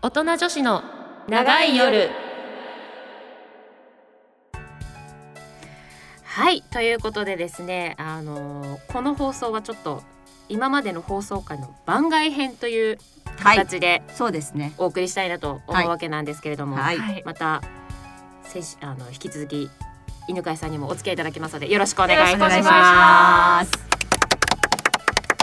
大人女子の長い夜はいということでですねあのーこの放送はちょっと今までの放送回の番外編というはい形でそうですねお送りしたいなとは思いうわけなんですけれども、はい、はいまた先週あの引き続き犬飼さんにもお付き合いいただきますのでよろしくお願いいよろたしくしお願ます。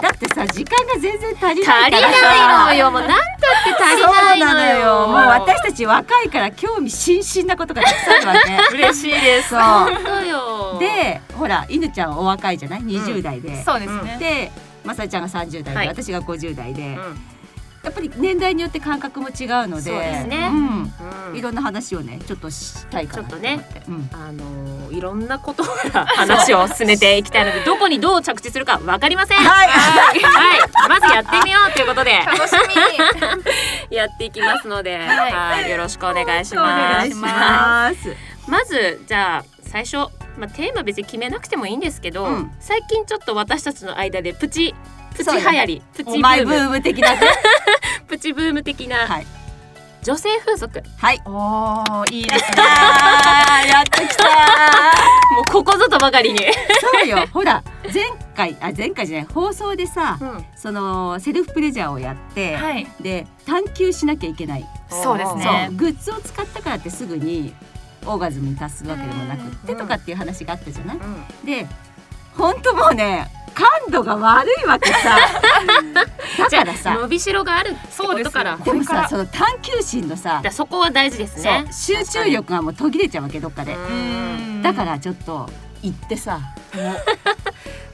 だってさ時間が全然足りな足いかりらさないのよもうなんだって足りそうないなののよよもう私たち若いから興味津々なことがたくさんあるわね嬉しいですそ本当ようでほら犬ちゃんはお若いじゃない20代で、そうですね。でまさちゃんが30代で、はい私が50代で、うんやっぱり年代によって感覚も違うのでそうですねう、うんんいろんな話をねちょっとしたいかなと思ってちょうんあのーいろんなことから話を進めていきたいのでどこにどう着地するかわかりませんはい、まずやってみようということで楽しみ。やっていきますので、は、はいいよろしくお願いし おま願すいしますまずじゃあ最初、まあ、テーマ別に決めなくてもいいんですけど、うん最近ちょっと私たちの間でプチプチそう流ね行り、プチおブ前ーブムーム的なプチブーム的な、はい女性風俗はいおお、いいですね。あーやっとき たもうここぞとばかりに、そうよほら 前回あ前回じゃない放送でさうんそのセルフプレジャーをやって、はい。で探求しなきゃいけない、そうですそねう。グッズを使ったからってすぐにオーガズムに達するわけでもなくってうんとかっていう話があったじゃない、うんで本当もうね感度が悪いわけさだじゃからあさ伸びしろがあるってことからそうでもこれかさらその探求心のださからそこは大事ですねそう集中力がもう途切れちゃうわけどっかで、ううんんだか。らちょっと行ってさ、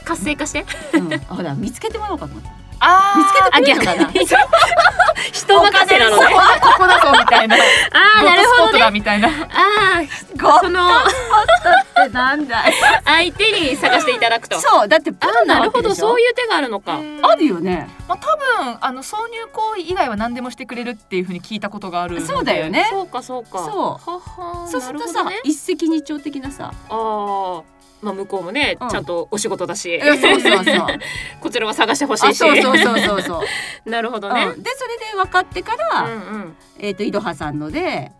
活性化してうん、ほら見つけてもらおうかと思ってああ、見つけてあくれる逆の かなに人任せなのこねこだここだぞみたい な。ああなるスポほどットねだみたいな。ああゴそッのドってなんだい相手に探していただくとそうだってプあロあななるわほけどでしょそういう手があるのか、うんあるよねまあ多分あの挿入行為以外は何でもしてくれるっていうふうに聞いたことがあるので。そうだよねそうかそうかそうははそうするとなさ、ほどね一石二鳥的なさああまあ向こうもね、うんちゃんとお仕事だしそうそ うそうそうこちらは探してほしあいしそうそうそうそ うそう、なるほどねうん、でそれで分かってかうら、んうんえっ、といろはさんので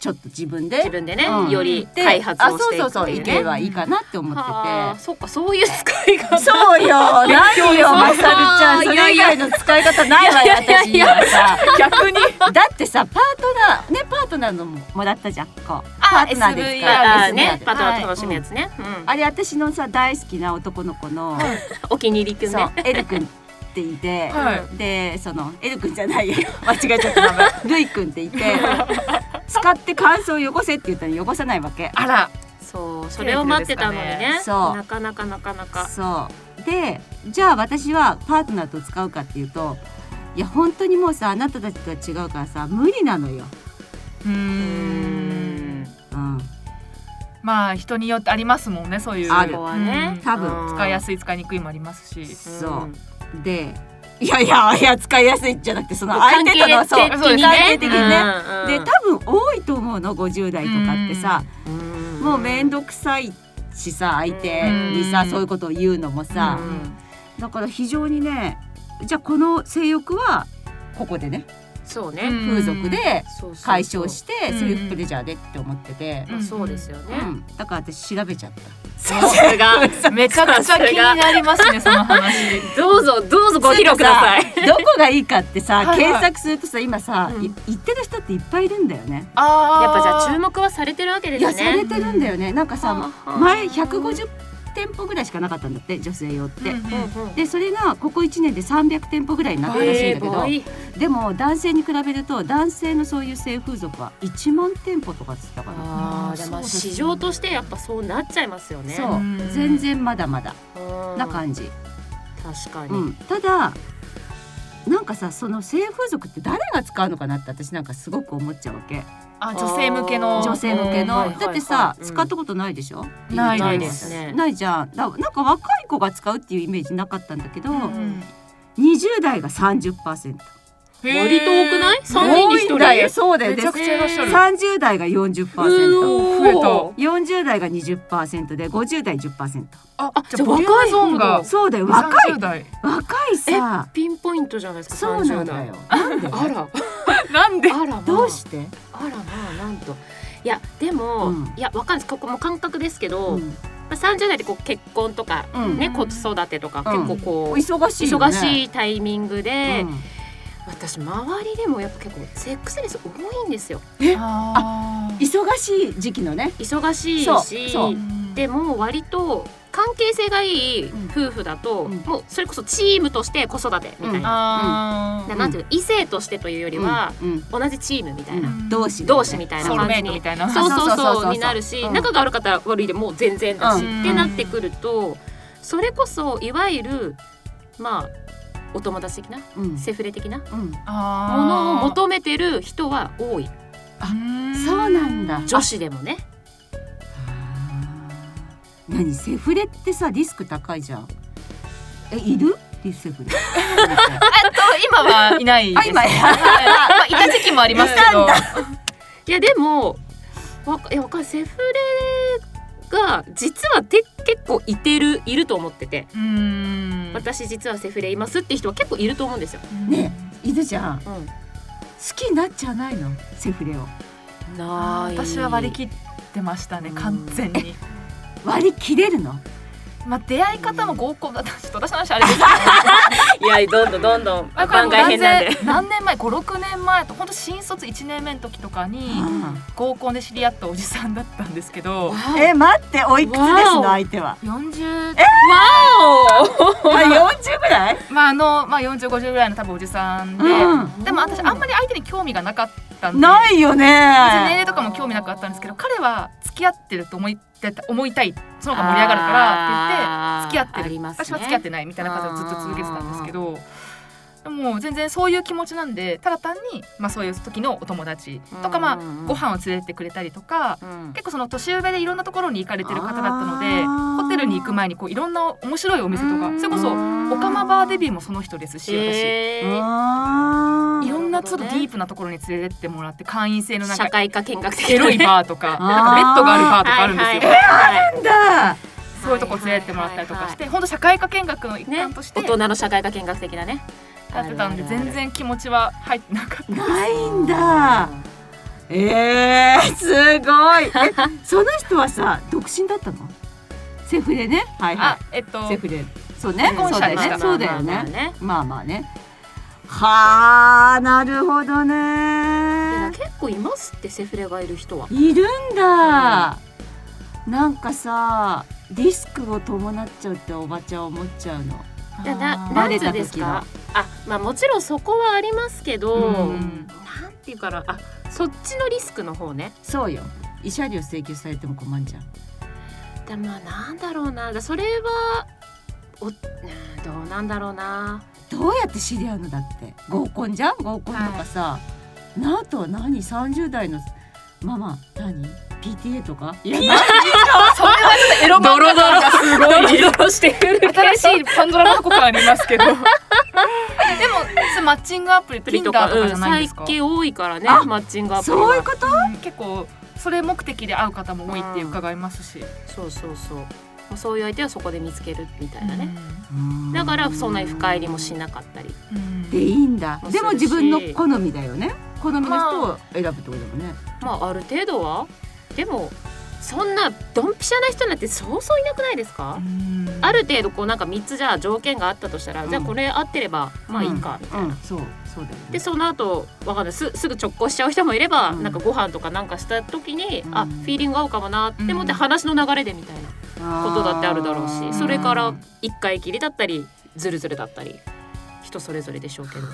ちょっと自分で自分でね、うんよりで開発をしていくあってそうそうそういいうけねばいいかなって思ってはあてそうかそういう使い方そうよ 何よまさるちゃんそれ以外の使い方ないわよ私いにやはさ逆に。だってさパートナーねパートナーのももらったじゃんこうパあートナーで SVR 使うああですねパートナーとはい楽しむやつね、うんあれ私のさ大好きな男の子の、お気に入りくんそうねエル君っていて、 はいでそのエル君じゃないよ 間違えちゃった 名前ルイ君っていて使って感想を汚せって言ったら汚さないわけあら。そうそれを待ってたのにねそうなかなかなかなかそうでじゃあ私はパートナーと使うかっていうといや本当にもうさあなたたちとは違うからさ無理なのよ、うー。うんんうん、まあ人によってありますもんねそういう。あるここはね、多分うん使いやすい使いにくいもありますし。そんうでいやいやいや使いやすいじゃなくてその相関手とのそう係関的そうにね係的にね、うんで多分多いと思うの50代とかってさ、うんもう面倒くさいしさ相手にうさんそういうことを言うのもさ、うんだから非常にねじゃあこの性欲はここでねそううねん風俗でそうそうそう解消してうんセルフプレジャーでって思ってて、まあそうですよねうんだから私調べちゃった さすがめちゃくちゃ気になりますねその話。どうぞどうぞご披露くださいどこがいいかってさはいはい検索するとさ今さ、うんい言ってる人っていっぱいいるんだよね。ああ。やっぱじゃあ注目はされてるわけでいすやねされてるんだよねなんかさはあ前150店舗ぐらいしかなかったんだって女性用って。うんうんうんうんでそれがここ1年で300店舗ぐらいになったらしいんだけえーどボ、ーイでも男性に比べると男性のそういう性風俗は1万店舗とかっつったかな、あーでもまあ市場としてやっぱそうなっちゃいますよねそううん全然まだまだうんな感じ、確かに、うん、ただなんかさその性風俗って誰が使うのかなって私なんかすごく思っちゃうわけあ女性向けの女性向けうんはいのはいはいだってさうん使ったことないでしょないないでですすねないじゃんだなんか若い子が使うっていうイメージなかったんだけど、うん20代が30%。割と多くない三人に一多い人んだよそうだよめちゃくちゃいらっしゃる30代がう 40%40 増えたおー代が20%で50代10%ああじゃあじゃあボリュームゾーンがそうだよ若い30代若いさピンポイントじゃないですかそうなんだよなん30で代あらなんであら、まあ、どうしてあらまあなんといやでも、うんいやわかんないですここも感覚ですけど、うんまあ、30代でこう結婚とか、うんね子育てとか、うん結構こう忙しいよね忙しいタイミングで、うん私周りでもやっぱ結構セックスレス多いんですよあー忙しい時期のね忙しいそうしそうでも割と関係性がいい夫婦だと、うんもうそれこそチームとして子育てみたいな、あーななんていうの異性としてというよりは、うんうん同じチームみたいな、ん同志同志みたいなソウル感メじイトみにたいなそうそうそうそうそそううになるし、うん仲が悪かったら悪いでもう全然だし、うんってなってくるとそれこそいわゆるまあお友達的なうんセフレ的なもうんあーのを求めてる人は多いうーんそうなんだ女子でもね何セフレってさリスク高いじゃんえいるリセ フレ今はいないです今はいまあいた時期もありますけどいやでもわかいやわかんないセフレが実はて結構いてるいると思っててうーん私実はセフレいますって人は結構いると思うんですよ。ねいるじゃん好うん、きになっちゃわないのセフレをな私は割り切ってましたねうん完全に割り切れるのまあ出会い方も合コンだったちょっと私の話あれですけどいやどんどんどんどんまあこれも番外編なんで断然何年前56年前と本当新卒1年目の時とかに合コンで知り合ったおじさんだったんですけど え待っておいくつですわおの相手は40あ40ぐ らいまああのまあ4050ぐらいの多分おじさんで、うでも私あんまり相手に興味がなかったんでないよ別に年ね齢とかも興味なかったんですけど彼は付き合ってると思いてた思いたいその方が盛り上がるからって言って付き合あーあってりる、ますね私は付き合ってないみたいな感じでずっと続けてたんですけど。でも全然そういう気持ちなんでただ単に、まあ、そういう時のお友達とか、まあ、ご飯を連れてくれたりとかうん結構その年上でいろんなところに行かれてる方だったのあーでホテルに行く前にこういろんな面白いお店とうかんそれこそオカマバーデビューもその人ですし私。えーあーいろんなちょっとなるほどねディープなところに連れてってもらって会員制のなんか社会科見学的なエロいバーと かあーなんかベッドがあるバーとかあるんですよ、はいはいはいだそういうとこ連れてってもらったりとかして本当社会科見学の一環としてね、大人の社会科見学的なねやってたんで全然気持ちは入ってなかったないんだえー、すごいえ その人はさ独身だったのセフレねはいはあえっといセフレそうね婚者そうだよでしたねそうだよまあまあまあねねまあまあねはあなるほどいやね結構いますってセフレがいる人はいるんだ、なんかさリスクを伴っちゃうっておばちゃん思っちゃうのあーいやなバなんレでた時のですかあまあもちろんそこはありますけど、うんなんていうかなあそっちのリスクの方ねそうよ慰謝料請求されても困んじゃんだまあなんだろうなだそれはおうんどうなんだろうなどうやって知り合うのだって合コンじゃん合コンとかさ、なあとは何30代のママ何 PTA とかいやなそれはちょっとエロ漫画感がすごいドロしてくる新しいパンドラの箱感ありますけど でもそうマッチングアプリ Tinder ととかかじうゃんないん最ですか、近多いからねあマッチングアプリはそういうことうん結構それ目的で会う方も多いって伺いますし、そうそうそうまあそういう相手はそこで見つけるみたいなね、うんだからそんなに深入りもしなかったりうんでいいんだもするでしも自分の好みだよね好みの人を選ぶってことだもんね、まあある程度はでもそんなドンピシャな人なんてそうそういなくないですか、うんある程度こうなんか3つじゃあ条件があったとしたら、うんじゃあこれ合ってればまあいいかみたいな、うんそうそうだよねでその後わかんないすすぐ直行しちゃう人もいれば、うんなんかご飯とかなんかした時に、うんあフィーリング合うかもなって思ってうん話の流れでみたいなことだってあるだろうし、ーそれから1回きりだったりズルズルだったり人それぞれでしょうけど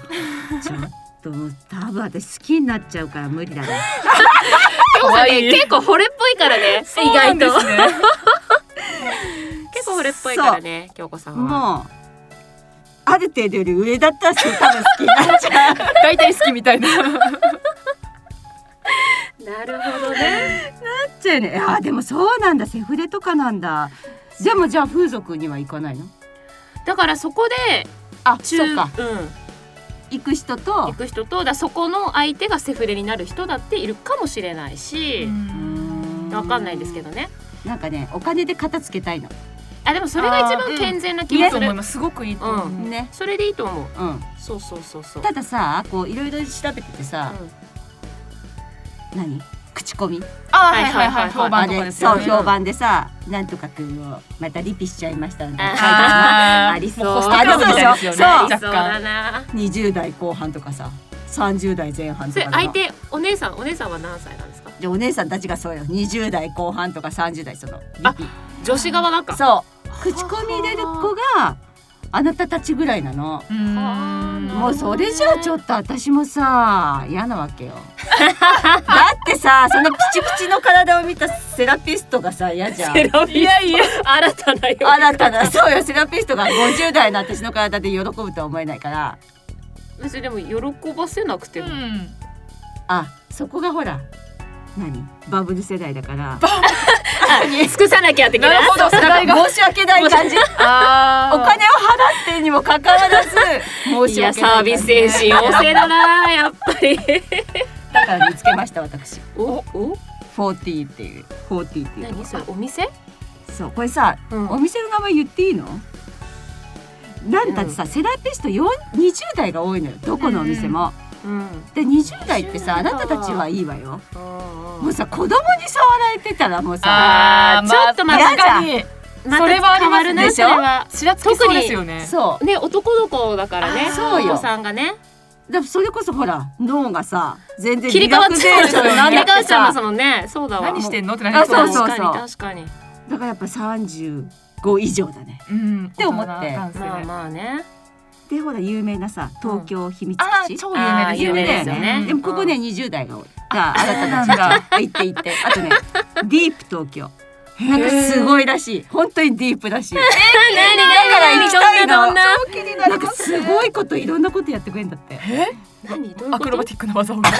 ちょっともう多分私好きになっちゃうから無理だねでもさね結構惚れっぽいからねそうなんですね結構惚れっぽいからね京子さんは。 もうある程度より上だったら多分好きになっちゃう 大体好きみたいな。なるほどね。なっちゃうよねあでもそうなんだセフレとかなんだでもじゃあ風俗には行かないのだからそこであ中そうかうんい行く人と行く人とだそこの相手がセフレになる人だっているかもしれないし、わかんないですけどねなんかねお金で片付けたいのあでもそれが一あーう番ん健全な気いいがとする、思いますすごくいいと思う、うねそれでいいと思ううんそうそうそうそうたださこういろいろ調べててさ、何口コミあはいーははいいははいいはい評判とあかれですそようね評判でさなんとかくんをまたリピしちゃいましたみたいなあーありそうもホストクラブみたいですよねありそう若だ干な20代後半とかさ30代前半そとれかの相手お姉さんお姉さんは何歳なんですかでお姉さんたちがそうよ20代後半とか30代そのリ女子側だかピそう口コミ入れる子があなたたちぐらいなのうーんもうそれじゃあちょっと私もさ嫌なわ けよだってさそのピチピチの体を見たセラピストがさ嫌じゃんセラピストい やいや新たなよ新たなそうよセラピストが50代の私の体で喜ぶとは思えないから別にでも喜ばせなくても、あそこがほら何バブル世代だから尽くさなきゃ的ななるほど世代が申し訳ない感じお金を払あってにもかかわらず申いしや訳サなーいビ感スじ精神旺盛だなやっぱりだから見つけました私おお40っていう40っていう何それお店、そうこれさうんお店の名前言っていいのなんだってさ、セラピストよん20代が多いのよどこのお店も。で20代ってさあ20代なかたたちはいいわよ。ももううさ子供に触られてたらもうさあーちょっとまあ確かにまそれはたあ変りまわするねなでしょそれはちらつきそうですよねそね男の子だからねあーそうよお子さんがねうだからそれこそほら脳がさ全然切り替わっリラクちゼゃーうション切りなん替わだっっちゃいますさもんねそうだわ何してんのってなりあそうそう確そうかに確かにだからやっぱ35以上だね。うんって思ってまあまあねでほら有名なさ東京秘密あ基ー地、超有名ですよね有名だよねうんでもここね20代が多い。だからあなたたちそうなんだ行って行ってあとねディープ東京なんかすごいらしい本当にディープらしいだから行きたいどのんななんかすごいこといろんなことやってくれんだって何どういうアこクとロバティックな技をマ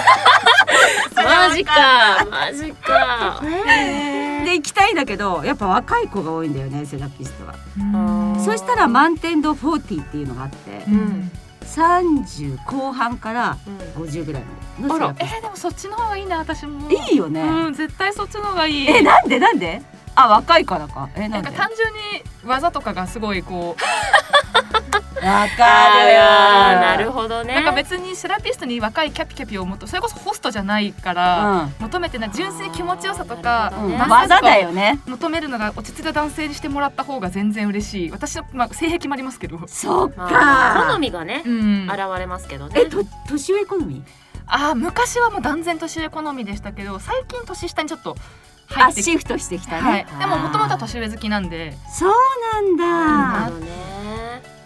ジかマジかで行きたいんだけどやっぱ若い子が多いんだよねセラピストはんそしたら満天堂40っていうのがあってうん30後半からうん50ぐらいまでのセラえピスーでもそっちの方がいいな私もトいいよね、うん絶対そっちの方がいいえなんでなんであ若いからかえなんなんでか単純に技とかがすごいこうわあーなるるほどねなんか別にセラピストに若いキャピキャピをもっとそれこそホストじゃないからう求めてない純粋に気持ちよさとあーかん、うん、マッサージ技だよね求めるのが落ち着いた男性にしてもらった方が全然嬉しい私の、まあ、性癖もありますけどそっまあまあ好かみがねうん現れますけどねえと年上好みあー昔はもう断然年上好みでしたけど最近年下にちょっと入あってきて、シフトしてきたはねい、でももともとは年上好きなんでそうなんなだるほどね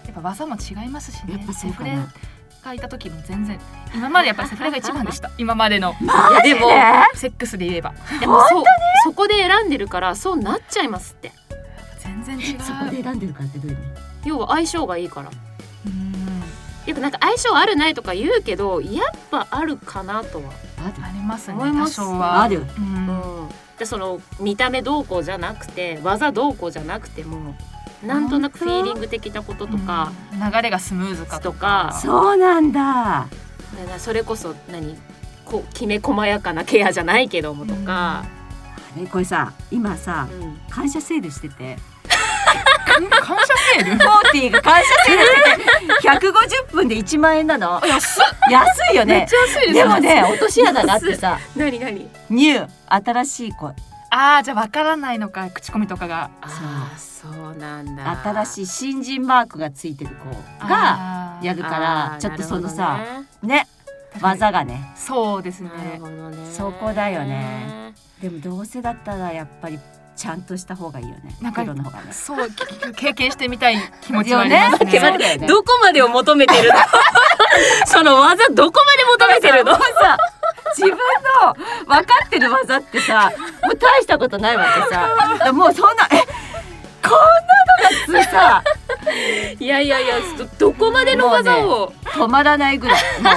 やっぱ技も違いますしやねっぱそセうフかレながいた時も全然今までやっぱセフレが一番でした 今までのマジでいやでもセックスで言えばでもそうそこで選んでるからそうなっちゃいますって全然違うそこで選んでるからってどういう意味要は相性がいいからうんよくなんか相性あるないとか言うけどやっぱあるかなとは、あありますね思います多少はあるうんうん、でその見た目どうこうじゃなくて技どうこうじゃなくてもなんとなくフィーリング的なこととか、うん流れがスムーズかととかかそうなんだだからそれこそ何こうきめ細やかなケアじゃないけどもとか、あれこれさ今さうん感謝セールしててうん感謝セ ール40が感謝セールしてて150分で1万円なの安安いよめっねちゃ安いですでよもね落とし穴があってさ何何ニュー新しい子ああじゃあわからないのか口コミとかがああそうなんだ新しい新人マークがついてる子ががやるからあーちょっとそのなさるほどねね技がねそうですなるねほどね。そこだよね。でもどうせだったらやっぱりちゃんとした方がいいよねなんかプロの方がねそうきき 経験してみたい気持ちはありますよね そうだよねどこまでを求めて るの？その技どこまで求めてるの？さ自分の分かってる技ってさもう大したことないわけさだからもうそんなえこんなのがつさいやいやいやどどこまでの技を？止まらないぐらいも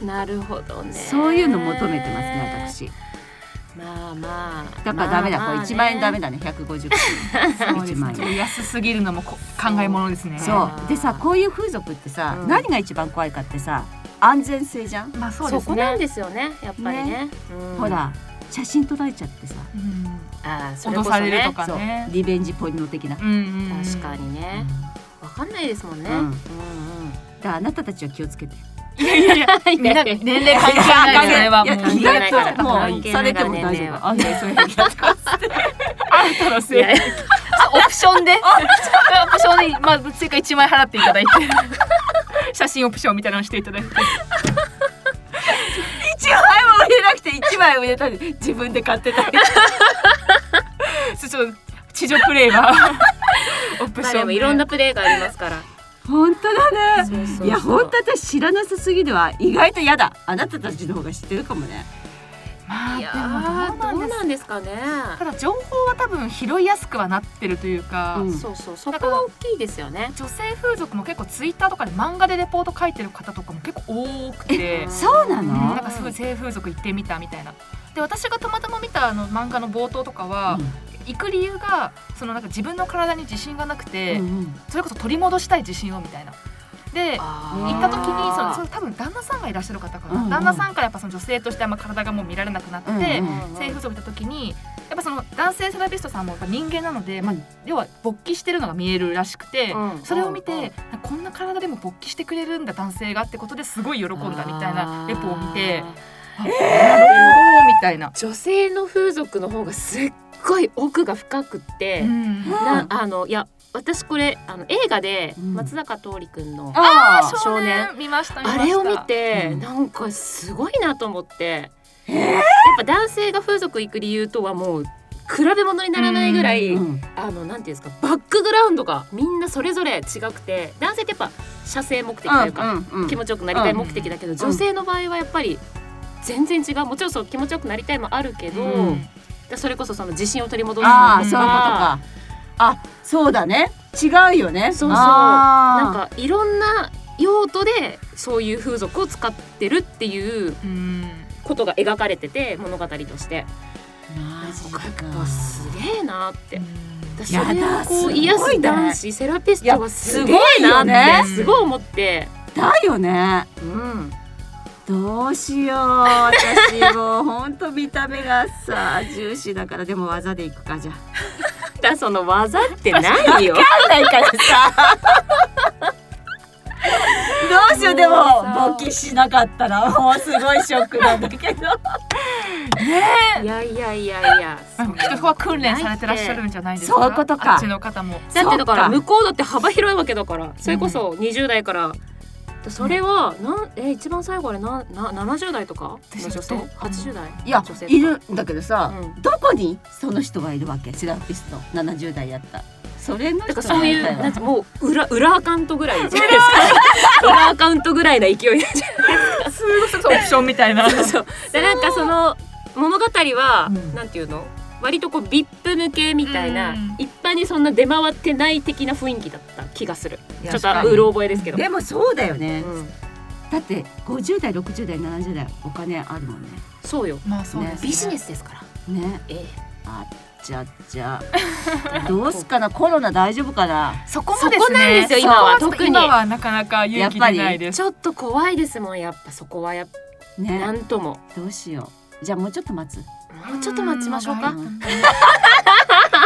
うなるほどねそういうの求めてますね私。まあまあだからダメだ、これ一万円ダメだだね150個そうです一ね万円ちょっと安すぎるのもこ考えものですねそうでさこういう風俗ってさ、うん何が一番怖いかってさ安全性じゃん、まあそそうでこすなねんですよねやっぱりねうんほら写真撮られちゃってさ、うんあーそれこ脅そされるとねかねリベンジポリノ的な、うんうん確かにねわかんないですもんねうん うんだからあなたたちは気をつけていやいやいやうんみんな年齢関係ないそれはもう関係ないからも関係うさないれからてもね大丈迷夫惑あんたそれやったらあんたのいせいやいや オプションでオプションで、まあ、追加1万円払っていただいて 写真オプションみたいなのしていただいて一枚も売れなくて一枚も売れたり自分で買ってたり ちょっと地上プレイはオプまあシでョもンでいろんなプレーがありますから本当だねそうそうそういや本当私知らなさすぎるわ意外と嫌だあなたたちの方が知ってるかもねまあいでやもーどどううなんですなんですかねただ情報は多分拾いやすくはなってるというか、うんそうそうそこは大きいですよね女性風俗も結構ツイッターとかで漫画でレポート書いてる方とかも結構多く てえ、そうなうん、のなんかすごい性風俗行ってみたみたいな。で私がたまたま見たあの漫画の冒頭とかは、行く理由がそのなんか自分の体に自信がなくて、うんうんそれこそ取り戻したい自信をみたいな。で行行った時にそのその多分旦那さんがいらっしゃる方かな、うんうん旦那さんからやっぱその女性としてあんま体がもう見られなくなって、うんうん性風俗行った時にやっぱその男性セラピストさんもやっぱ人間なので、まあ、要は勃起してるのが見えるらしくて、うんそれを見て、うんなんかこんな体でも勃起してくれるんだ男性がってことですごい喜んだみたいなレポを見てあなるほどみたいな。女性の風俗の方がすっごい奥が深くって、うんなあのいや私これあの映画でうん松坂桃李君の、あー少少年年見ました見ましあたれを見て、うんなんかすごいなと思って、やっぱ男性が風俗行く理由とはもう比べ物にならないぐらい、ううんあのなんていうんですかバックグラウンドがみんなそれぞれ違くて男性ってやっぱ射精目的というか、うんうん気持ちよくなりたい目的だけど、女性の場合はやっぱり全然違うもちろんそう気持ちよくなりたいもあるけど、うんそれこそその自信を取り戻すとああそういうことかかあそうだね違うよねそうそうなんかあいろんな用途でそういう風俗を使ってるっていううんことが描かれてて物語としてーマなんジかかやっぱすげえなって。私やそだれをこすごういね癒す男子セラピストはすごいなっいやてすごいよねすごい思って、だよねうん、どうしよう私もうほんと見た目がさ重視だからでも技でいくかじゃあだその技ってないよ分かんないからさどうしようでももうさ勃起しなかったらもうすごいショックなんだけどいやいやいやいやまあきっとそこは訓練されてらっしゃるんじゃないですかそういうことかあっちの方もだってだからそっか向こうだって幅広いわけだからそれこそ20代から、それはなんえ一番最後あれなな70代とかですのよ女性うん80代いや女性とかいるんだけどうさ、んどこにその人がいるわけセラピスト70代やったそれのだ人からそういうだよなんてもう裏裏アカウントぐらいじゃないですか裏アカウントぐらいな勢いですごいそうオプションみたいなそうでなんかその物語は、うんなんていうの割とこう VIP 向けみたいな、うん一般にそんな出回ってない的な雰囲気だった気がするいやちょっ確かとにうろ覚えですけど、でもそうだよね、うんだって50代60代70代お金あるもんねそうよまあそうです、ね、ビジネススですからねええあっちゃっ ちゃどうすかなコロナ大丈夫かなそこもですそこなんねですよ今はそこちょっと特に今はなかなか勇気出ないですちょっと怖いですもんやっぱそこはやっぱなねんともどうしようじゃあもうちょっと待つもうちょっと待ちましょううかん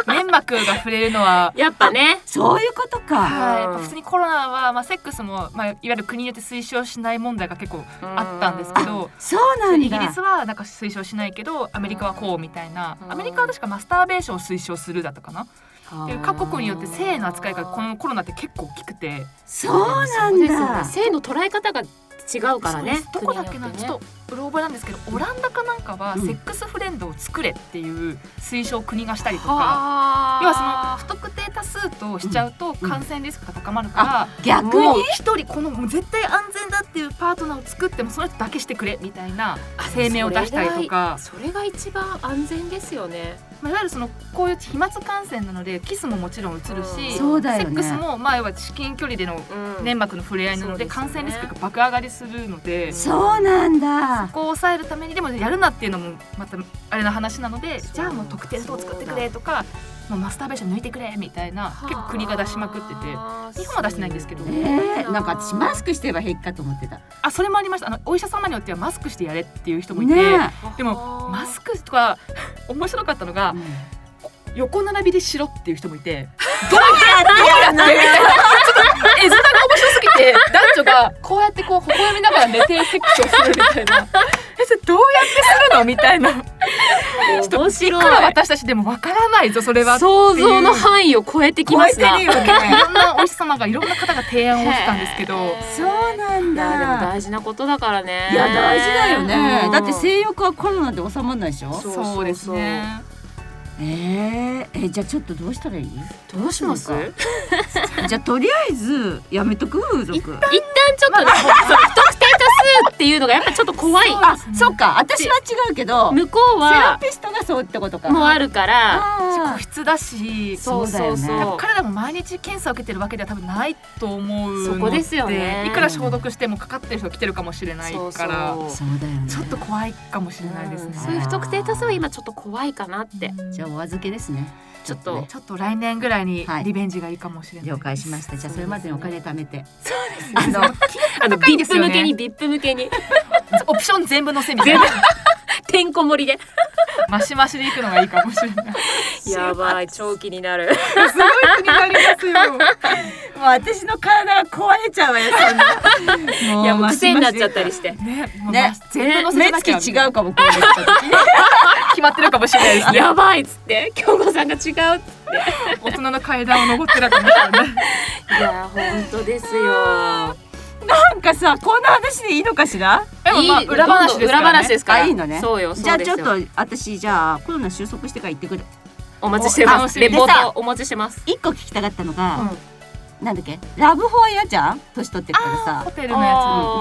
粘膜が触れるのはやっぱねそういうことかはい、やっぱ普通にコロナは、まあ、セックスも、まあ、いわゆる国によって推奨しない問題が結構あったんですけどそうなんだイギリスはなんか推奨しないけどアメリカはこうみたいなうんアメリカは確かマスターベーションを推奨するだったかなあでー各国によって性の扱いがこのコロナって結構大きくてそうなんだそうですよね性の捉え方が違うからねそうですどこだっけな、国にちよょっとうろ覚えなんですけどオランダかなんかは、うんセックスフレンドを作れっていう推奨を国がしたりとかはあ要はその不特定多数としちゃうと感染リスクが高まるから。逆もうに一人このもう絶対安全だっていうパートナーを作ってもその人だけしてくれみたいな声明を出したりとか、それが一番安全ですよねまあ、いわゆるそのこういう飛沫感染なのでキスももちろんうつるし、うんそうだセよッねクスもまあ要は至近距離でのうん粘膜の触れ合いなそのでうですよね感染リスクが爆上がりするのでそそうなんだこを抑えるためにでもやるなっていうのもまたあれな話なのでそうじゃあもう特定のとこ作ってくれとかもうマスターベーション抜いてくれみたいな結構国が出しまくっててて日本は出してないんですけどえー、なんか私マスクしてれば平気かと思ってたあそれもありましたあのお医者様によってはマスクしてやれっていう人もいて、ねでもマスクとか 面白かったのが、うん横並びでしろっていう人もいて 絵面が面白やってるすぎて男女がこうやってこう微笑みながら寝てセックスをするみたいな えそれどうやってするのみたいな面白からい私たちでもわからないぞそれは想像の範囲を超えてきますな。超えてるよいねろんなお医者様がいろんな方が提案をしたんですけどへーそうなんいやでもだ大事なことだからね。いや大事だよね、うんだって性欲はコロナで収まらないでしょそうそうですねえー、えじゃあちょっとどうしたらいいどうします？そう一か じゃあとりあえずやめとく風俗旦ちょっとね、その不特定多数っていうのがやっぱちょっと怖い。あそっか私は違うけどセ向こうラはピストがそうってことかもあるから。あ個室だしそうそうそうだ多分そう。彼らも毎日検査を受けてるわけでは多分ないと思うのそこですよねいくら消毒してもかかってる人来てるかもしれないそうかそうらーそうだよねちょっと怖いかもしれないですね、うんそういう不特定多数は今ちょっと怖いかなって。じゃあお預けですねちょっとねちょっと来年ぐらいにはいリベンジがいいかもしれない、了解しましたじゃあそれまでにお金貯めてあのあの高いビんでッすプよね向けにビップ向けに オプション全部のせみたいなてんこ盛りで。マシマシでいくのがいいかもしれない やばい超気になる。すごい気になります よもう私の体が壊れちゃうわよそんない やもう癖になっちゃったりしして。ねね ね全部のせ目なつききゃ違うかもこうなっちゃった時 決まってるかもしれないですねやばいっつって京子さんが違うっつって 大人の階段を登ってるかもしれ ないいや本当ですよ。 なんかさこんな話でいいのかしらでもまあいい裏話ですから、ね、裏話ですから。あいいのねそうよ。じゃあちょっそうですよと私じゃあコロナ収束してから行ってくるお待ちしてま楽す。しみレポでーさトお待ちしてます。一個聞きたかったのが、なんだっけラブホは嫌じゃん年取ってるからホさテルの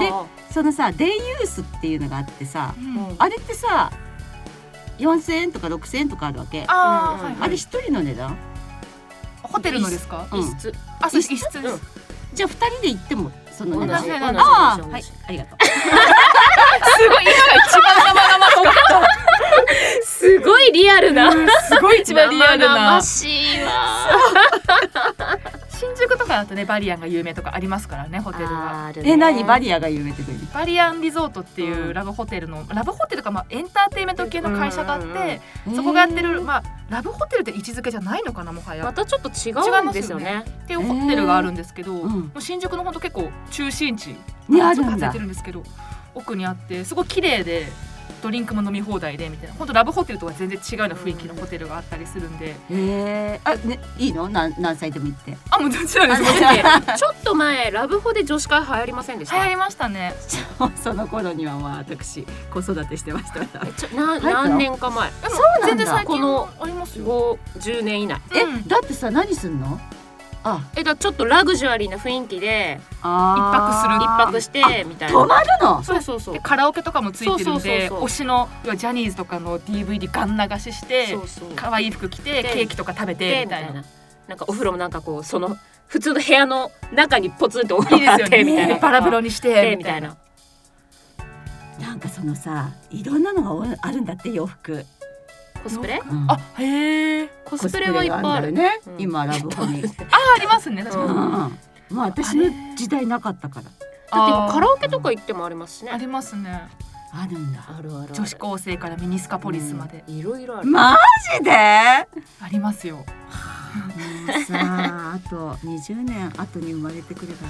やでそのさデイユースっていうのがあってさつ、うんあれってさ4,000円とか6,000円とかあるわけああうー、んはいはい、れ一人の値段ホテルのですかうん一室あそう一室です、うんじゃあ二人で行ってもそ同の値じ段同同じ同じじああ同はいじありがとう すごい今が一番生々しかっすごいリアルな。たすごい一番リアル生々なしいわ。新宿とかだとねバリアンが有名とかありますからねホテルがえ何バリリアが有名って何バリアンリゾートっていううんラブホテルの、ラブホテルかまあエンターテインメント系の会社があって、うんうんうんそこがやってる、まあ、ラブホテルって位置づけじゃないのかなもはやまったちょっと違うんですよ違いね。ていうホテルがあるんですけど、うんもう新宿のほんと結構中心地にあちょるっと外んれだてるんですけど奥にあってすごい綺麗でドリンクも飲み放題でみたいな本当ラブホテルとは全然違うような雰囲気のホテルがあったりするんでえー、あねいいのなん何歳でも行って あもうどちらですだってちょっと前ラブホで女子会流行りませんでし流行た。りましたねその頃にはまあ私子育てしてましたえちょなたの何年か前。でもそうなんだ全然最こ近のありますよ五十年以内。え、うんだってさ何すんのあえだちょっとラグジュアリーな雰囲気で一あ泊してみたい泊な。まるのそうそうそうで。カラオケとかもついてるそんうそうそでうそう推しの要はジャニーズとかの DVD ガン流ししてそうそう。可愛い服着でてケーキとか食べでてみみたたいいなな。なんかお風呂もなんかこうその普通の部屋の中にポツンとおい風呂いでがあっすよてねみたいでな。バラ風呂にしでてみみたたいいなな。なんかそのさいろんなのがおあるんだって洋服、コスプレ？うんあへえコスプレはいっぱいある。ね、うん今ラブホに、うん、あありますね確かにうんまあ私の時代なかったからだって今カあラオケとか行ってもありますしーあね。りますねあるんだあるある。女子高生からミニスカポリスまでいろいろある。マジでありますよもうさああと20年後に生まれてくれば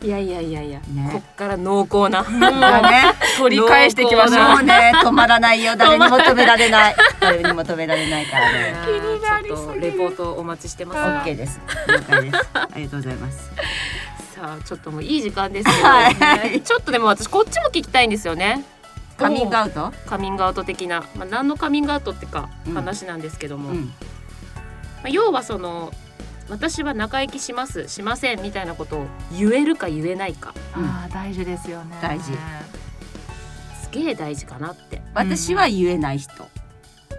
いやいやいやいや。ねこっから濃厚な。だね取り返していきましょうもうね止まらないよ誰にも止められない誰にも止められないからね気になりすぎるちょっとレポートお待ちしてオまッケーです。了解です。ありがとうございます。す。さあちょっともういい時間ですけはど、いちょっとでも私こっちも聞きたいんですよね。カミングアウト？カミングアウト的な、まあ、何のカミングアウトってかうん話なんですけども、うまん。あ、要はその私は仲行きしますしませんみたいなことを言えるか言えないかああ大事ですよね大事すげえ大事かなって私は言えない人。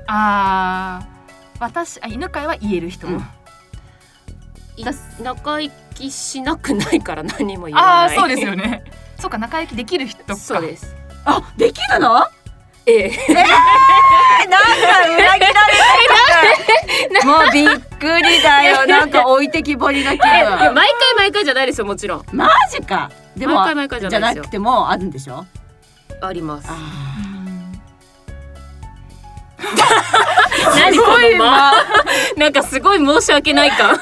ああ私あ犬飼いは言える人、うんいだ仲行きしなくないから何も言あわあないそうで すよね そうか仲良きできる人かそうですあできるのえええなんか裏切ら れてるもうびっくりだよなんか置いてきぼりない気や分毎回毎回じゃないですよもちろんマジかでも毎回毎回じゃじゃないでなすくてもあるんでしょよありますあ 何この間なんかすごい申し訳ない感まあ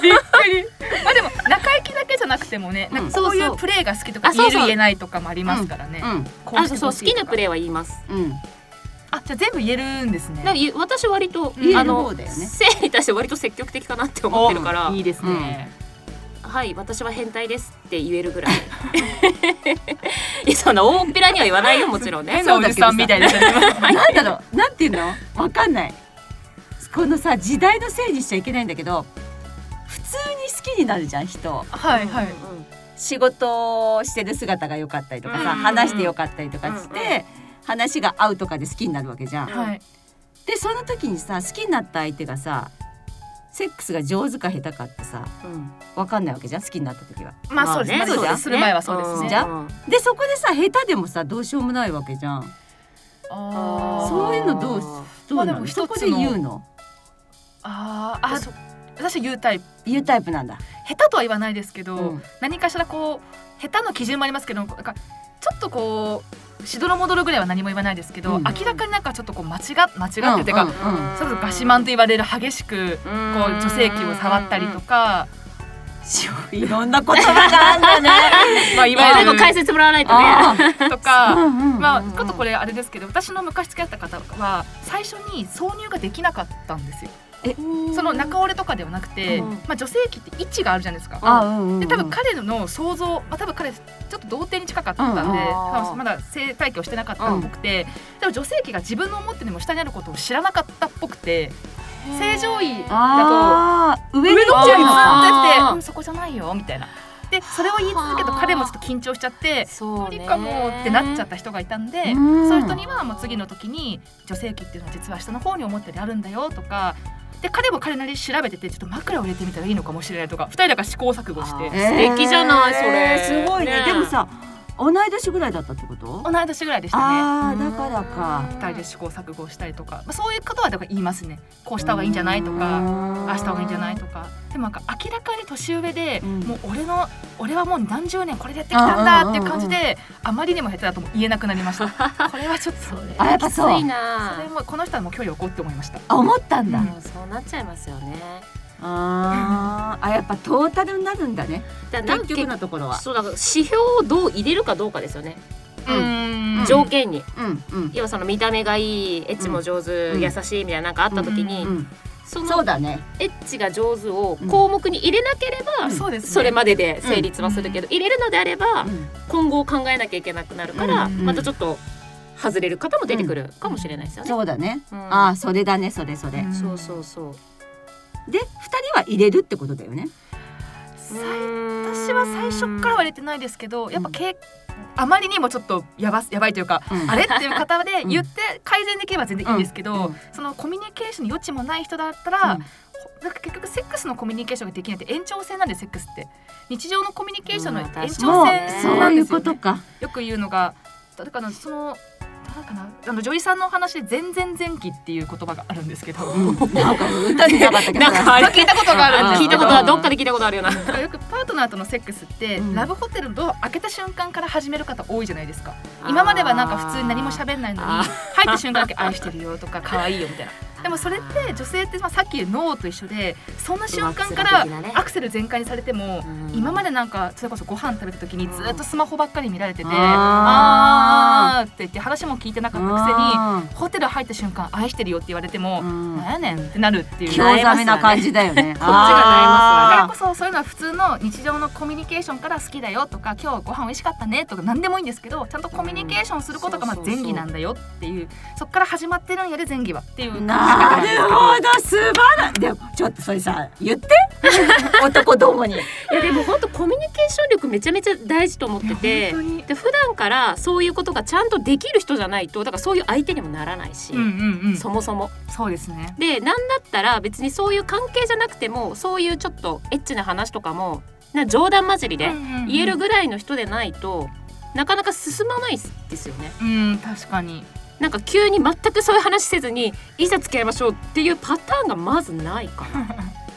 でも仲良きだけじゃなくてもね、なんかそういそうそううプレーが好きとかあそう言そうえる言えないとかもありますからね。ーこあそうそう好きなプー。レーは言いますうんうんあじゃあ全部言えるんですね。なんかゆ私割と、言えるあの方だよね性に対して割と積極的かなって思ってるからいいですね。はい私は変態ですって言えるぐらい いやそんな大っぴらには言わないよもちろんね変なおじさんみたいな。なんだろうなんていうのわかんないこのさ時代のせいにしちゃいけないんだけど普通に好きになるじゃん人はい はい。うん仕事をしてる姿が良かったりとかうんうんさうん話して良かったりとかして、うんう話が合うとかで好きになるわけじゃん。はい。でその時にさ好きになった相手がさセックスが上手か下手かってさうんわかんないわけじゃん好きになった時は。まあそうですね。まあねそうですね。する前はそうですんね。じゃでそこでさ下手でもさどうしようもないわけじゃん。あーそういうのどうどうなでもの一つのそこで言うのあーあそ私言うタイプ。言うタイプなんだ。下手とは言わないですけど、うん何かしらこう下手の基準もありますけど、なんかちょっとこうしどろもどろぐらいは何も言わないですけど、うん明らかになんかちょっとこう間違っ間違っててか、うんうんそれこそガシマンと言われる激しくこうこう女性器を触ったりとか、うんいろんな言葉があるんだね。まあいわ最ゆ後る解説もらわないとねあーとか。うんうんうんまあ、ちょっとこれあれですけど私の昔付き合った方は最初に挿入ができなかったんですよその中折れとかではなくて、うんまあ、女性器って位置があるじゃないですかあうんうんうんで多分彼の想像、まあ、多分彼ちょっと童貞に近かったんで、うん多分まだ性体験をしてなかったっぽくて、でも女性器が自分の思ってでも下にあることを知らなかったっぽくて正常位だとあー上上にの行っ方ちにゃうずのあっと行ってあてー、うん、そこじゃないよみたいな。でそれを言い続けると彼もちょっと緊張しちゃってそう無理ねかもってなっちゃった人がいたんで、うんそういう人にはもう次の時に女性器っていうのは実は下の方に思ったよりあるんだよとかで彼も彼なりに調べててちょっと枕を入れてみたらいいのかもしれないとか二人だから試行錯誤してあー素敵じゃないそれすごいねねでもさ同い年ぐらいだったってこと同い年ぐらいでしたね。ああだからか二人で試行錯誤したりとか、まあ、そういうことはだから言いますねこうした方がいいんじゃないとかああした方がいいんじゃないとかでもなんか明らかに年上で、うんもう俺の俺はもう何十年これでやってきたんだっていう感じで、うあまりにも下手だとも言えなくなりま したこれはちょっとあやっぱそうきついなそれもこの人はもう距離を置こうって思いましたあ思ったんだ、うんもうそうなっちゃいますよねあーあやっぱトータルになるんだねだから結局のところはそうだから指標をどう入れるかどうかですよね、うん条件にうんうん要はその見た目がいいエッチも上手、うん優しいみたいななんかあった時に、うんそそうのだねエッチが上手を項目に入れなければ、うんそうですねそれまでで成立はするけど、入れるのであれば、うん今後を考えなきゃいけなくなるから、うんまたちょっと外れる方も出てくるかもしれないですよね。そうだねうんああそれだねそれそれうんそうそうそう。で二人は入れるってことだよね最私は最初からは入れてないですけどやっぱけ、あまりにもちょっとやばすやばいというかうんあれっていう方でうん言って改善できれば全然いいんですけど、うんそのコミュニケーションの余地もない人だったうんら、なんか結局セックスのコミュニケーションができないって延長線なんでセックスって日常のコミュニケーションの延長線もうなそうんいでうすよ、こねとかよく言うのがだからその誰かなあの女医さんのお話で「全然前期」っていう言葉があるんですけど、うんなんか歌になかったけどなんかあれ聞いたことがあるんで聞すけいどたことはどっかで聞いたことあるような。なんかよくパートナーとのセックスって、うんラブホテルのドア開けた瞬間から始める方多いじゃないですか今まではなんか普通に何も喋んないのにあー入った瞬間だけ愛してるよとか可愛いよみたいなでもそれって女性ってまあさっきの脳と一緒でそんな瞬間からアクセル全開にされても今まででなんかそれこそご飯食べた時にうんずっとスマホばっかり見られててあーあーって言って話も聞いてなかったあくせにホテル入った瞬間愛してるよって言われてもーうんなんやねんってなるっていう興ざめな感じだよね。だ こっちがからなこそそういうのは普通の日常のコミュニケーションから好きだよとか今日ご飯美味しかったねとか何でもいいんですけどちゃんとコミュニケーションすることがまあうんそうそうそ前う儀なんだよっていうそこから始まってるんやで前儀はっていうなるほど素晴らしい。でもちょっとそれさ言 って男どもにいやでも本当コミュニケーション力めちゃめちゃ大事と思ってて本当にで普段からそういうことがちゃんとできる人じゃないとだからそういう相手にもならないし、うんうんうんそもそも。そうですねでなんだったら別にそういう関係じゃなくてもそういうちょっとエッチな話とかもな冗談交じりで言えるぐらいの人でないとなかなか進まないですよね。うん確かになんか急に全くそういう話せずにいざ付き合いましょうっていうパターンがまずないかな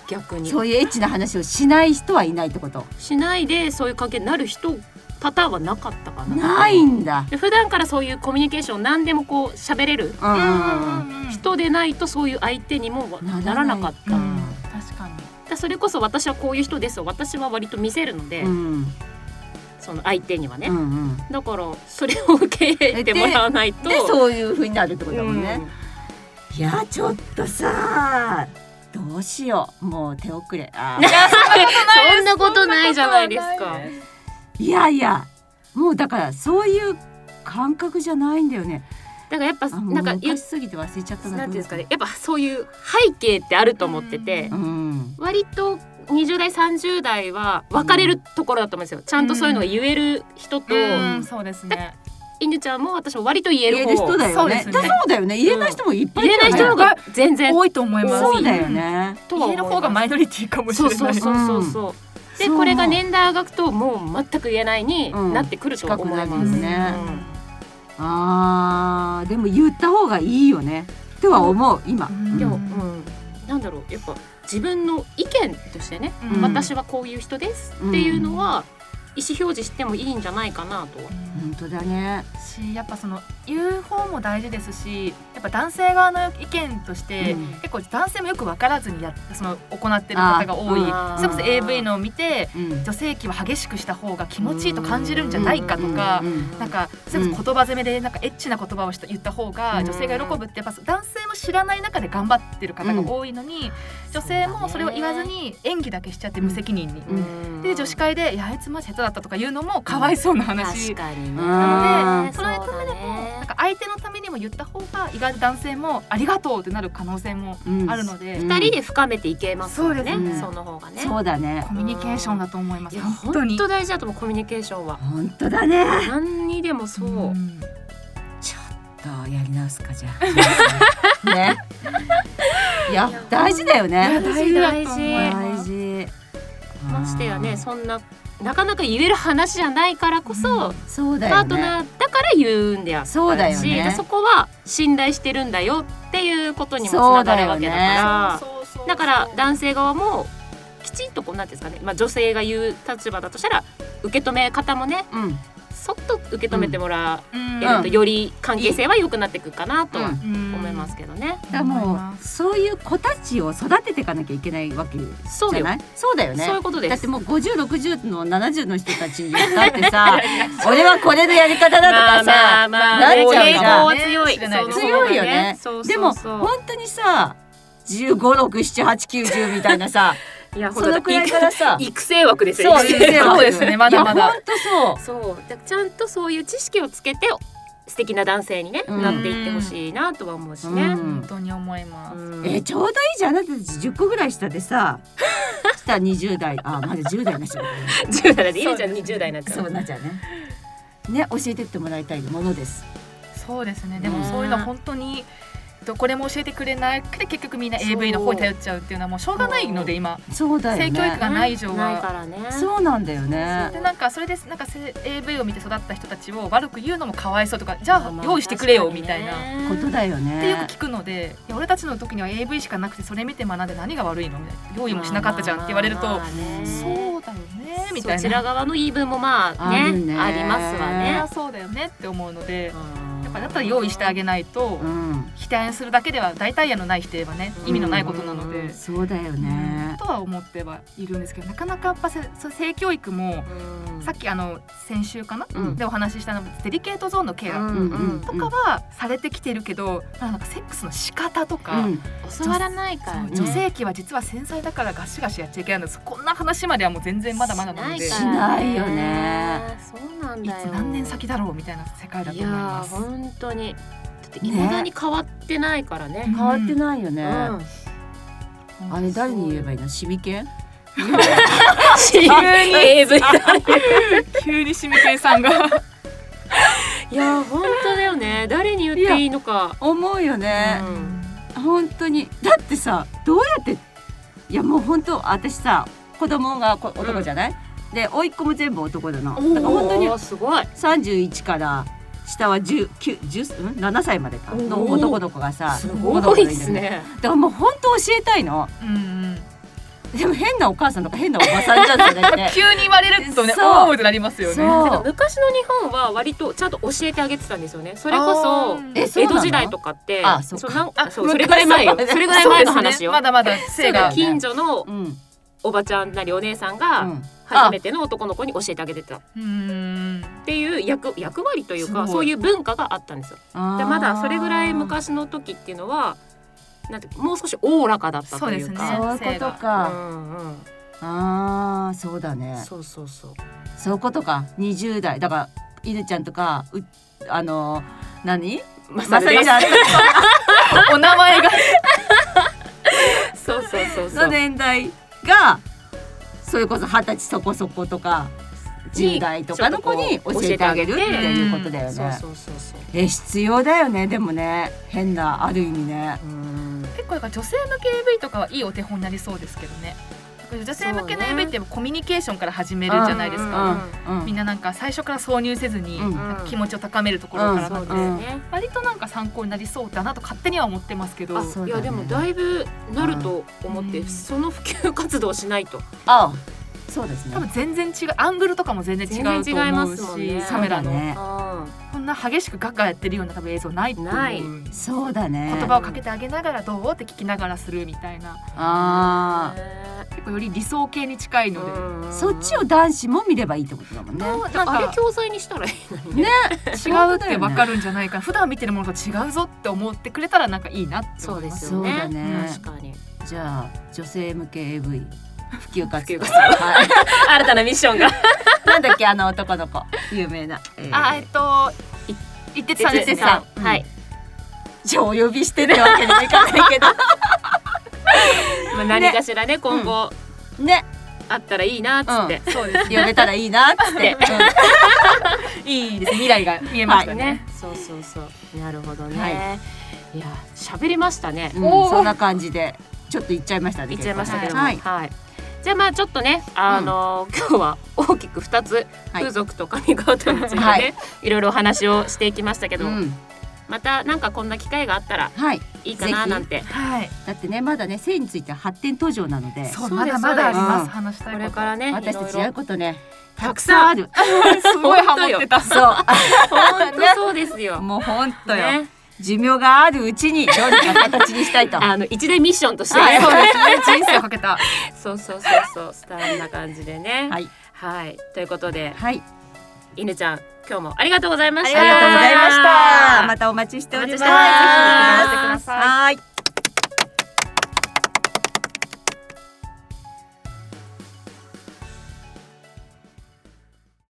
逆にそういうエッチな話をしない人はいないってことしないでそういう関係になる人パターンはなかったかなないんだで普段からそういうコミュニケーション何でもこう喋れるうんうんうんうん人でないとそういう相手にもならないならなかっうた、ん確かにだそれこそ私はこういう人ですを私は割と見せるので、うんその相手にはね、うんうんだからそれを受け入れてもらわないとでそういう風になるってことだもんね、うんいやちょっとさどうしようもう手遅れあー そんなことないじゃないですかいやいやもうだからそういう感覚じゃないんだよねだからやっぱあもうなんか言う昔すぎて忘れちゃったなんていうんですかねやっぱそういう背景ってあると思っててう、ん割と20代30代は分かれるところだと思うんですよちゃんとそういうのが言える人と、うんそうですね犬ちゃんも私も割と言え言るえ方る人だそようでねすねだそうだよね言えない人もいっぱい言えない人の方が全然多いと思いますそうだよねとは思言えいるます方がマイノリティかもしそれうないそうそうそうそう、でそうこれが年代が上がるともう全く言えないにうんなってくると思います、う近くなりますんねあーでも言った方がいいよねとは思う今うんでも、ううんん、なんだろうやっぱ自分の意見としてね、うん私はこういう人ですっていうのは意思表示してもいいんじゃないかなとは本当だねしやっぱその言う方も大事ですしやっぱ男性側の意見として、うん結構男性もよく分からずにやっその行ってる方が多いあーそれこそ AV のを見てうん女性器は激しくした方が気持ちいいと感じるんじゃないかとかう。んなんかそれこそ言葉攻めでなんかエッチな言葉をした言った方が女性が喜ぶってやっぱ男性も知らない中で頑張ってる方が多いのに、女性もそれを言わずに演技だけしちゃって無責任に。うんで女子会で「いやあいつマジ下手だった」とか言うのもかわいそうな話確かにねなのでそれのためでもなんか相手のためにも言った方が意外と男性も「ありがとう」ってなる可能性もあるので、うん二人で深めていけますもんねそうですねその方がねそうだねコミュニケーションだと思いまいすや本本当当に。大事だと思うコミュニケーションは本当だね何にでもそう、んちょっとやり直すかじゃあ ねいや大事だよいやね大事だと思いや大事ましてやあーねそんななかなか言える話じゃないからこそ、うんそうだパよートねナーだから言うんであってそうだよし、ねそこは信頼してるんだよっていうことにもつそうなだがよるわけねだからだ,、そうそうそうから男性側もきちんとこうなんていうんですかね、まあ、女性が言う立場だとしたら受け止め方もねうんそっと受け止めてもらうんえるとより関係性は良くなっていくかなとはうん思いますけどね。だから思いもますうそういう子たちを育てていかなきゃいけないわけじそうゃよ、ないそうだよねそういうことでだっすて。もう5060の70の人たちにだってさ 俺はこれのやり方だとかさまなっちゃう傾か向らは強い、知らないです強いよねそうでそもうそう本当にさ15678910みたい なさいやそほんのくらいからさ育成枠ですよそう育成そうですねまだまだいや本当そうそうだからちゃんとそういう知識をつけて素敵な男性に、ねうんなっていってほしいなとは思うしね。うん本当に思います、うんえーちょうどいいじゃんあなたたち10個ぐらい下でさ 下20代あまだ10代の人だね10代でゆりちゃん20代になっちゃそううなっちゃうねね教えてってもらいたいものですそうですねでもねそういうのは本当にどこでも教えてくれなくて結局みんなそう AV の方に頼っちゃうっていうのはもうしょうがないので今そうだよ性ね教育がない以上はないからねそうなんだよねでなんかそれでなんかせ AV を見て育った人たちを悪く言うのもかわいそうとかじゃあ用意してくれよみたいな、ことだよってよくね聞くのでいや俺たちの時には AV しかなくてそれ見て学んで何が悪いのみたいな用意もしなかったじゃんって言われると、そうそうだよねみたそいちなら側の言い分もまあねああるねりますわそりゃね。そうだよねって思うのでやっぱだったら用意してあげないとうん否定するだけでは大体やのない否定はね意味のないことなのうんで。そうだよねとは思ってはいるんですけどなかなかやっぱせそう性教育もうんさっきあの先週かな、うんでお話ししたのデリケートゾーンのケうアんうんとかはされてきてるけど、なんかセックスの仕方とか、うん教わらないからねそう女性器は実は繊細だからガシガシやっちゃいけないんですこんな話まではもう全然まだまだなのしでしからないよねそうなんいだよつ何年先だろうみたいな世界だいと思いやまーす。本当にだって未だに変わってないからねね変わってないよねうんあれ誰に言えばいいのシミケン急に AV だ急にシミケンさんが いや本当だよね誰に言っていいのか思うよね、本当にだってさどうやっていやもう本当私さ子供がこ男じゃない、で甥っ子も全部男なのだうんから本当におーすごい31から下は17歳までかのおー男の子がさす男のご子いがでるんだすけどねだからもう本当教えたいのうんでも変なお母さんとか変なおばさんじゃんじゃな くて急に言われるとねそうおーってなりますよねそう昔の日本は割とちゃんと教えてあげてたんですよねそれこあそーえそう江なの戸時代とかってあそっかうなんあそうそれぐらい前よそれぐらい前の話よそうですねまだまだ性がね近所のうん、うん、おばちゃんなりお姉さんが初あめての男の子に教えてあげてたっうんていう役役割というかすごいそういう文化があったんですよでまだそれぐらい昔の時っていうのはなんてもう少しおおらかだったというそうですかねそういうことうか、んうんあーそうだねそうそうそうそういうことか20代だから犬ちゃんとかうあの何ままさみさんお名前がそうそうそうそのう年代がそれこそ二十歳そこそことかに10代とかの子にちょっと教こうえてあげるっ教てえてあげていうことだよそうね。そうそうそうえ必要だよねでもね変なある意味ね。うん結構だから女性向け AV とかはいいお手本になりそうですけどね女性向けのそうね AV ってコミュニケーションから始めるじゃないですうか、んうんうんみんななんか最初から挿入せずに、うんなんか気持ちを高めるところからなんそうで、ですね。割となんか参考になりそうだなと勝手には思ってますけどあそういだやでねもだいぶなると思って、うんその普及活動をしないとあそうですね多。分全然違うアングルとかも全然違うと全然違い思まうすもんし、ねカメラの、そうだねこんな激しくガッガやってるような多分映像ないと思うないそうだね。言葉をかけてあげながらどうって聞きながらするみたいなあね結構より理想系に近いので、あそっちを男子も見ればいいってことだもんね。どうなんかあれ教材にしたらいいのにねね違うって分かるんじゃないかな普段見てるものと違うぞって思ってくれたらなんかいいなってそう思いでますすよねそうだね確かにじゃあ女性向け AV 普及活動。普及活はい新たなミッションがなんだっけあの男の子有名な。えーあえっと一徹さん哲で也すねさんうんはい、じゃあお呼びしてってわけにもいかないけ まあ、何かしらね今後どねあったらいいなっつって、そうです呼べたらいいなっつ って、いいですね未来が見えましたね、ねそうそうそうなるほどね、、はいや喋りましたねうんおーそんな感じでちょっと行っちゃいましたね言っちゃいましたけども、ははいい、じゃあまあちょっとね、あのー今日は大きく二つはい風俗と上川とについてね、、はいろいろお話をしていきましたけうど、んまたなんかこんな機会があったらはいいいかななんてはいだってねまだね性については発展途上なのでそうそうまですだまだありまうんす話したいこことれからねい私ろたいちやろることねたたくくささんんある すごいハモってたそうあ本当そうです よ。もう本当よ、ね、寿命があるうちにどうにか形にしたい とあの一大ミッションとして、はそう ですね人生をかけ たそうそうそうそうそんな感じでねはいはいということではい犬ちゃん今日もありがとうございまあしりたがとうございましたままたお待ちしておりますお待ちしておりますぜひお待ちしてくださいはい